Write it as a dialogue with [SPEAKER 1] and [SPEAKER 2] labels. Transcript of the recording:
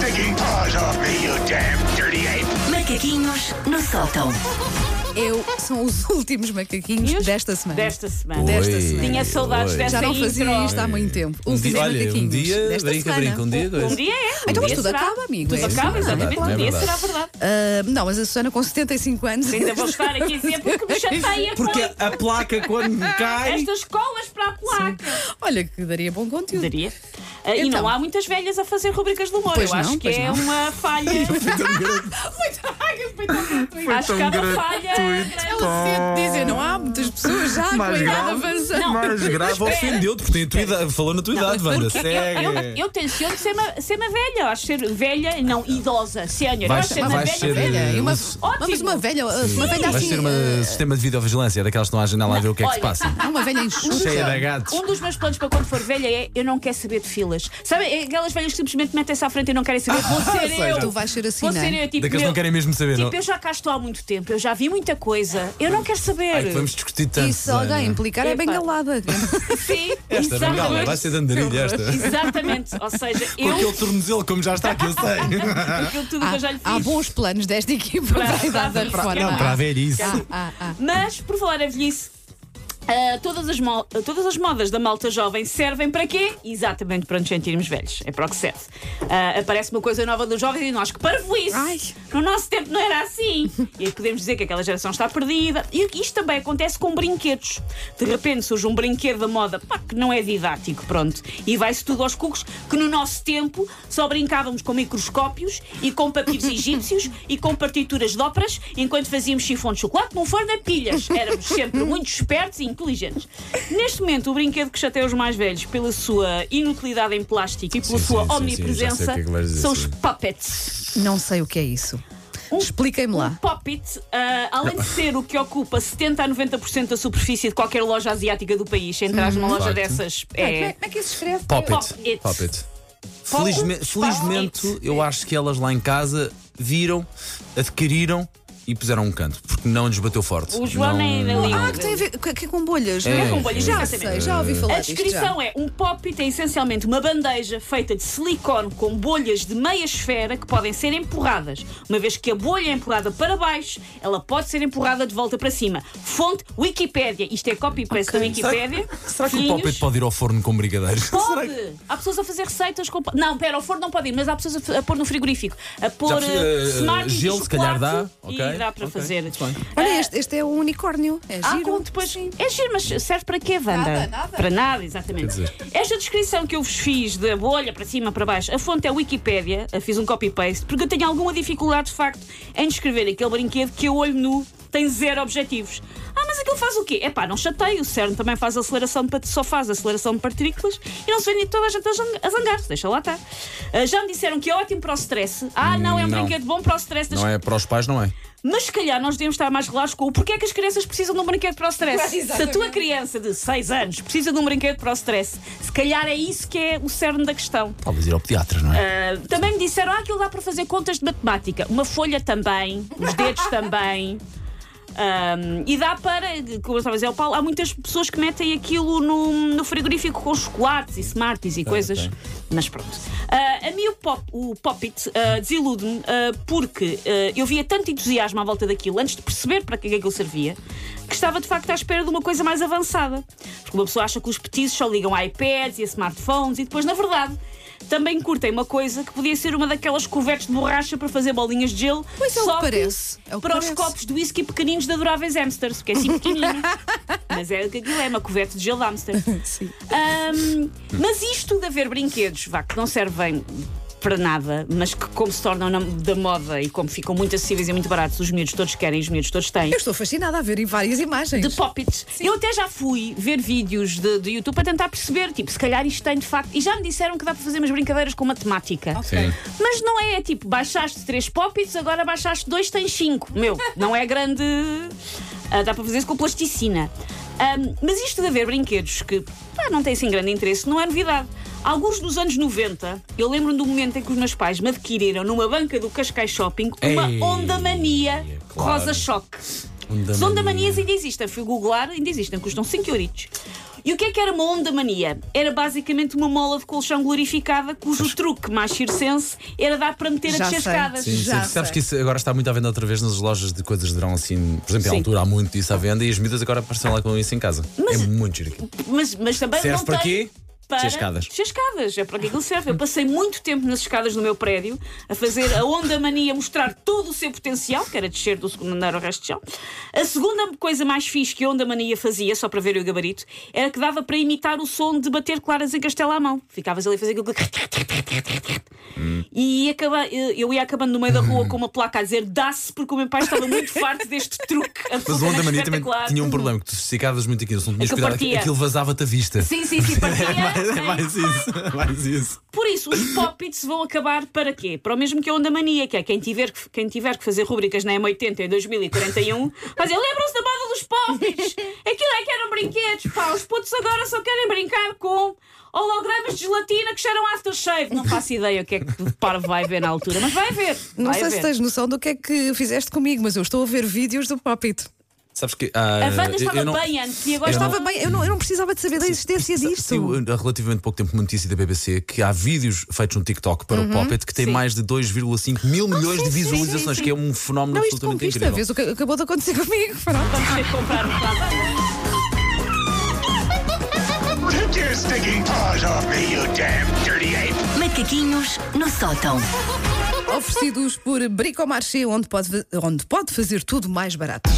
[SPEAKER 1] taking paws off me, you damn dirty ape!
[SPEAKER 2] Macaquinhos no sótão.
[SPEAKER 3] Eu são os últimos macaquinhos
[SPEAKER 4] E os-
[SPEAKER 3] desta semana.
[SPEAKER 4] Desta semana.
[SPEAKER 3] Desta
[SPEAKER 5] Oi.
[SPEAKER 3] semana.
[SPEAKER 4] Tinha saudades
[SPEAKER 5] Oi.
[SPEAKER 4] dessa
[SPEAKER 3] Já não fazia
[SPEAKER 4] intro.
[SPEAKER 3] isto há muito tempo.
[SPEAKER 5] Um
[SPEAKER 3] Os
[SPEAKER 5] dia, olha, um
[SPEAKER 3] macaquinhos
[SPEAKER 5] dia
[SPEAKER 3] desta
[SPEAKER 5] brinca,
[SPEAKER 3] semana.
[SPEAKER 5] brinca, um dia dois.
[SPEAKER 4] Um dia é. um
[SPEAKER 3] Então, mas
[SPEAKER 4] dia
[SPEAKER 3] tudo
[SPEAKER 4] será.
[SPEAKER 3] acaba, amigo, é
[SPEAKER 4] Tudo
[SPEAKER 3] isso,
[SPEAKER 4] acaba,
[SPEAKER 3] não é
[SPEAKER 4] exatamente.
[SPEAKER 5] verdade,
[SPEAKER 4] Um
[SPEAKER 5] não é
[SPEAKER 4] dia será
[SPEAKER 5] verdade.
[SPEAKER 4] verdade.
[SPEAKER 3] Ah, não, mas a Susana com 75 anos.
[SPEAKER 4] Ainda vou estar aqui a dizer porque me chateia
[SPEAKER 5] Porque
[SPEAKER 4] com
[SPEAKER 5] a placa quando cai.
[SPEAKER 4] estas colas para a placa.
[SPEAKER 3] Olha, que daria bom conteúdo.
[SPEAKER 4] Daria. Ah, E
[SPEAKER 3] Então.
[SPEAKER 4] não há muitas velhas a fazer rubricas de humor.
[SPEAKER 3] Pois
[SPEAKER 4] Eu
[SPEAKER 3] não,
[SPEAKER 4] acho que
[SPEAKER 3] pois
[SPEAKER 4] é
[SPEAKER 3] não.
[SPEAKER 4] uma falha. acho que há uma falha.
[SPEAKER 3] Ela sente dizer, não há muitas pessoas já,
[SPEAKER 5] Mais
[SPEAKER 3] cuidado,
[SPEAKER 5] grave.
[SPEAKER 3] avança.
[SPEAKER 5] Mais grave ofendeu-te, porque tem a tua idade, falou na tua idade, Wanda.
[SPEAKER 4] Eu, eu,
[SPEAKER 3] É.
[SPEAKER 5] Segue.
[SPEAKER 4] eu tenciono ser uma, ser uma velha. Eu Acho ser velha, e não idosa, sénior. Eu
[SPEAKER 5] Vais-
[SPEAKER 4] acho ser uma
[SPEAKER 5] vais
[SPEAKER 4] velha.
[SPEAKER 5] ser-
[SPEAKER 3] Velha, e uma,
[SPEAKER 4] Ótimo.
[SPEAKER 3] mas uma velha, uma velha
[SPEAKER 5] Vais
[SPEAKER 3] assim.
[SPEAKER 5] ter um sistema de videovigilância, daquelas que não há janela a ver o que é que se
[SPEAKER 4] eh, Olha,
[SPEAKER 5] passa.
[SPEAKER 3] ah, uma velha enxuta.
[SPEAKER 5] Cheia de gatos.
[SPEAKER 4] Um dos meus planos para quando for velha é eu não quero saber de filas. Sabe, é aquelas velhas que simplesmente metem-se à frente e não querem saber. Vou ser
[SPEAKER 5] sei
[SPEAKER 4] eu.
[SPEAKER 5] já.
[SPEAKER 3] Ah, Tu vais ser assim,
[SPEAKER 4] Vou
[SPEAKER 3] não
[SPEAKER 4] ser
[SPEAKER 3] é?
[SPEAKER 4] eu, tipo,
[SPEAKER 5] Daqueles que
[SPEAKER 4] meu,
[SPEAKER 5] não querem mesmo saber. não?
[SPEAKER 4] tipo, eu já cá estou há muito tempo, eu já vi muita coisa. Eu não quero saber.
[SPEAKER 5] Ai, É que vamos discutir tanto.
[SPEAKER 3] E se alguém
[SPEAKER 5] Susana.
[SPEAKER 3] implicar, é
[SPEAKER 4] Epá.
[SPEAKER 3] bengalada.
[SPEAKER 4] Sim,
[SPEAKER 5] Esta bengala, é vai ser de
[SPEAKER 4] é
[SPEAKER 5] andarilha esta.
[SPEAKER 4] Exatamente. Ou seja,
[SPEAKER 5] Com
[SPEAKER 4] eu,
[SPEAKER 5] aquele tornozelo, como já está, que eu sei.
[SPEAKER 4] aquilo tudo que eu já lhe
[SPEAKER 3] Ah, Há, há
[SPEAKER 4] fiz.
[SPEAKER 3] bons planos desta equipa
[SPEAKER 4] Para-
[SPEAKER 3] para a idade da
[SPEAKER 4] para- para-
[SPEAKER 3] reforma.
[SPEAKER 4] não,
[SPEAKER 5] Para ver isso.
[SPEAKER 3] Ah, ah, ah.
[SPEAKER 4] Mas, por falar a velhice. ah, todas, as mo- ah, todas as modas da malta jovem servem para quê? Exatamente para nos sentirmos velhos. É para o que serve. Ah, aparece uma coisa nova dos jovens e nós, que
[SPEAKER 3] Ai.
[SPEAKER 4] parvoíce! No nosso tempo não era assim. E aí podemos dizer que aquela geração está perdida. E isto também acontece com brinquedos. De repente surge um brinquedo da moda pá, que não é didático, pronto. E vai-se tudo aos cucos, que no nosso tempo só brincávamos com microscópios e com papiros egípcios e com partituras de óperas, enquanto fazíamos chifão de chocolate num forno a pilhas. Éramos sempre muito espertos e inteligentes. Neste momento, o brinquedo que chateia os mais velhos pela sua inutilidade em plástico e pela
[SPEAKER 5] Sim,
[SPEAKER 4] sua
[SPEAKER 5] sim, sim, sim, já sei o que é que
[SPEAKER 4] omnipresença
[SPEAKER 5] vais dizer,
[SPEAKER 4] são os
[SPEAKER 5] sim.
[SPEAKER 4] puppets.
[SPEAKER 3] Não sei o que é isso.
[SPEAKER 4] Um-
[SPEAKER 3] Expliquem-me
[SPEAKER 4] Um
[SPEAKER 3] lá.
[SPEAKER 4] pop-it, ah, além de ser o que ocupa 70 a 90% da superfície de qualquer loja asiática do país, entras numa loja
[SPEAKER 5] Facto.
[SPEAKER 4] dessas é.
[SPEAKER 3] é que isso escreve?
[SPEAKER 5] Pop
[SPEAKER 4] Pop
[SPEAKER 5] it.
[SPEAKER 4] it.
[SPEAKER 5] Pop it. Felizme-
[SPEAKER 4] Pop
[SPEAKER 5] felizmente,
[SPEAKER 4] it.
[SPEAKER 5] eu acho que elas lá em casa viram, adquiriram e puseram um canto, porque não lhes bateu forte.
[SPEAKER 4] O João
[SPEAKER 5] não...
[SPEAKER 4] é ali.
[SPEAKER 3] Ah, que tem a ver que, que é com bolhas, não
[SPEAKER 4] É
[SPEAKER 3] é?
[SPEAKER 4] com bolhas,
[SPEAKER 3] já
[SPEAKER 4] exatamente.
[SPEAKER 3] sei, já ouvi falar
[SPEAKER 4] A
[SPEAKER 3] disto,
[SPEAKER 4] descrição é: um pop-it é essencialmente uma bandeja feita de silicone com bolhas de meia esfera que podem ser empurradas. Uma vez que a bolha é empurrada para baixo, ela pode ser empurrada de volta para cima. Fonte Wikipédia. Isto é copy-paste da Wikipédia.
[SPEAKER 5] Será que o pop it
[SPEAKER 4] Filhinhos.
[SPEAKER 5] pode ir ao forno com brigadeiros? Será que-
[SPEAKER 4] Pode! Há pessoas a fazer receitas com. pa- Não, pera, ao forno não pode ir, mas há pessoas a f- a, pôr no frigorífico. A pôr
[SPEAKER 5] precisa,
[SPEAKER 4] eh,
[SPEAKER 5] eh,
[SPEAKER 4] Smarties de
[SPEAKER 5] gelo, se calhar dá.
[SPEAKER 4] chocolate E
[SPEAKER 5] Ok,
[SPEAKER 4] dá para
[SPEAKER 5] ok,
[SPEAKER 4] fazer.
[SPEAKER 5] muito bem.
[SPEAKER 4] Ah,
[SPEAKER 3] Olha, este, este é um unicórnio. É
[SPEAKER 4] há
[SPEAKER 3] giro.
[SPEAKER 4] como depois. É giro, mas serve para quê, Wanda?
[SPEAKER 3] Nada, nada.
[SPEAKER 4] Para nada, exatamente.
[SPEAKER 5] dizer-
[SPEAKER 4] Esta descrição que eu vos fiz da bolha para cima, para baixo, a fonte é a Wikipédia, eu fiz um copy-paste, porque eu tenho alguma dificuldade, de facto, em descrever aquele brinquedo que eu olho nu tem zero objetivos. Ah, mas aquilo faz o quê? É pá, não chateia. O CERN também faz aceleração de pat- só faz aceleração de partículas e não se vende toda a gente a zang- a zangar-se. Deixa lá estar. Ah, já me disseram que é ótimo para o stress. Ah, não, é um
[SPEAKER 5] Não.
[SPEAKER 4] brinquedo bom para o stress das
[SPEAKER 5] Não é para os pais, não é?
[SPEAKER 4] mas se calhar nós devemos estar mais relaxados com o porquê é que as crianças precisam de um brinquedo para o stress. Se a tua criança de 6 anos precisa de um brinquedo para o stress, se calhar é isso que é o cerne da questão.
[SPEAKER 5] Talvez ir ao pediatra, não é?
[SPEAKER 4] Ah, também me disseram, ah, aquilo dá para fazer contas de matemática. Uma folha também, os dedos também. Ahm, e dá para, como eu estava a dizer ao Paulo, há muitas pessoas que metem aquilo no, no frigorífico com chocolates e smarties e coisas.
[SPEAKER 5] ok.
[SPEAKER 4] Mas pronto. Ah, a mim o pop, o pop it ah, desilude-me ah, porque ah, eu via tanto entusiasmo à volta daquilo, antes de perceber para que é que aquilo servia, que estava de facto à espera de uma coisa mais avançada. Porque uma pessoa acha que os petizes só ligam a iPads e a smartphones e depois, na verdade. Também curtem uma coisa que podia ser uma daquelas cobertas de borracha para fazer bolinhas de gelo.
[SPEAKER 3] Pois é o
[SPEAKER 4] só
[SPEAKER 3] que parece, é o que
[SPEAKER 4] para
[SPEAKER 3] parece.
[SPEAKER 4] os copos de whisky pequeninos de adoráveis hamsters, porque é assim pequenino. Mas é o que aquilo é, uma covete de gelo de hamster.
[SPEAKER 3] Sim.
[SPEAKER 4] Ahm, mas isto de haver brinquedos, vá, que não servem para nada, mas que como se tornam na- da moda e como ficam muito acessíveis e muito baratos, os miúdos todos querem, os miúdos todos têm.
[SPEAKER 3] Eu estou fascinada a ver em várias imagens.
[SPEAKER 4] De pop-its. Eu até já fui ver vídeos de, de YouTube para tentar perceber, tipo, se calhar isto tem de facto. E já me disseram que dá para fazer umas brincadeiras com matemática.
[SPEAKER 5] Sim.
[SPEAKER 4] Mas não é, é tipo, baixaste três pop-its, agora baixaste dois, tens cinco. Meu, não é grande. Ah, dá para fazer isso com plasticina. Ahm, mas isto de haver brinquedos que pá, não têm assim grande interesse não é novidade. Alguns dos anos 90, eu lembro-me do momento em que os meus pais me adquiriram numa banca do Cascais Shopping uma
[SPEAKER 5] Ei,
[SPEAKER 4] Onda Mania
[SPEAKER 5] claro.
[SPEAKER 4] Rosa Choque.
[SPEAKER 5] Onda
[SPEAKER 4] As Onda
[SPEAKER 5] Mania.
[SPEAKER 4] Manias ainda existem, fui googlar, ainda existem, custam 5 euritos. E o que é que era uma onda mania? Era basicamente uma mola de colchão glorificada cujo truque mais circense era dar para meter
[SPEAKER 3] Já
[SPEAKER 4] a
[SPEAKER 3] sei.
[SPEAKER 4] descascadas.
[SPEAKER 5] Sim,
[SPEAKER 3] Já
[SPEAKER 5] sim. Sabes
[SPEAKER 3] sei.
[SPEAKER 5] que isso agora está muito à venda outra vez nas lojas de coisas de verão, assim. Por exemplo, em
[SPEAKER 4] Sim.
[SPEAKER 5] altura há muito disso à venda e as miúdas agora aparecem lá com isso em casa.
[SPEAKER 4] Mas-
[SPEAKER 5] É muito giro aquilo.
[SPEAKER 4] Mas, mas também
[SPEAKER 5] Serve
[SPEAKER 4] não
[SPEAKER 5] para
[SPEAKER 4] tem
[SPEAKER 5] quê?
[SPEAKER 4] Para
[SPEAKER 5] Chascadas.
[SPEAKER 4] Chascadas, é para que aquilo serve. Eu passei muito tempo nas escadas do meu prédio a fazer a onda mania mostrar todo o seu potencial, que era descer do segundo andar ao resto de chão. A segunda coisa mais fixe que a onda mania fazia, só para ver o gabarito, era que dava para imitar o som de bater claras em castelo à mão. Ficavas ali a fazer aquilo.
[SPEAKER 5] Hum.
[SPEAKER 4] E ia acabar- eu eu ia acabando no meio da rua com uma placa a dizer dá-se, porque o meu pai estava muito farto deste truque.
[SPEAKER 5] Mas a
[SPEAKER 4] absolutamente
[SPEAKER 5] onda mania também
[SPEAKER 4] espetacular.
[SPEAKER 5] tinha um problema, que tu esticavas muito aquilo, se não tinhas
[SPEAKER 4] Aquilo
[SPEAKER 5] cuidado,
[SPEAKER 4] partia.
[SPEAKER 5] aquilo vazava-te a vista.
[SPEAKER 4] Sim, sim, sim, partia.
[SPEAKER 5] É mais, é
[SPEAKER 4] em-
[SPEAKER 5] mais isso, é mais isso.
[SPEAKER 4] Por isso, os pop-its vão acabar para quê? Para o mesmo que a onda mania, que é quem tiver que, quem tiver que fazer rubricas na M80 em 2041, fazer lembram-se da moda dos pop-its? Aquilo é que eram brinquedos, pá. Os putos agora só querem brincar com hologramas de gelatina que cheiram aftershave. Não faço ideia o que é que o par vai ver na altura, mas vai ver.
[SPEAKER 3] Não
[SPEAKER 4] vai
[SPEAKER 3] sei
[SPEAKER 4] ver.
[SPEAKER 3] se tens noção do que é que fizeste comigo, mas eu estou a ver vídeos do Popit.
[SPEAKER 5] Sabes que. ah,
[SPEAKER 4] A Wanda
[SPEAKER 5] eu-
[SPEAKER 4] estava
[SPEAKER 5] eu não-
[SPEAKER 4] bem antes e agora
[SPEAKER 5] Eu não-
[SPEAKER 4] estava.
[SPEAKER 3] Estava bem, eu não, eu não precisava de saber da existência disto.
[SPEAKER 5] Saiu há relativamente pouco tempo uma notícia da BBC que há vídeos feitos no TikTok para o Poppet que tem
[SPEAKER 4] Sim.
[SPEAKER 5] mais de 2,5 mil
[SPEAKER 3] Uhum.
[SPEAKER 5] milhões
[SPEAKER 3] sim, sim,
[SPEAKER 5] de visualizações,
[SPEAKER 3] sim, sim.
[SPEAKER 5] que é um fenómeno
[SPEAKER 3] não, isto
[SPEAKER 5] absolutamente
[SPEAKER 3] conquista,
[SPEAKER 5] incrível.
[SPEAKER 3] vês o que acabou de acontecer comigo. Pronto.
[SPEAKER 4] Vamos ter que comprar um para a Wanda.
[SPEAKER 1] Take your stinking paws off me, you damn dirty ape!
[SPEAKER 2] Macaquinhos no sótão.
[SPEAKER 3] Oferecidos por Bricomarché, onde pode, onde pode fazer tudo mais barato.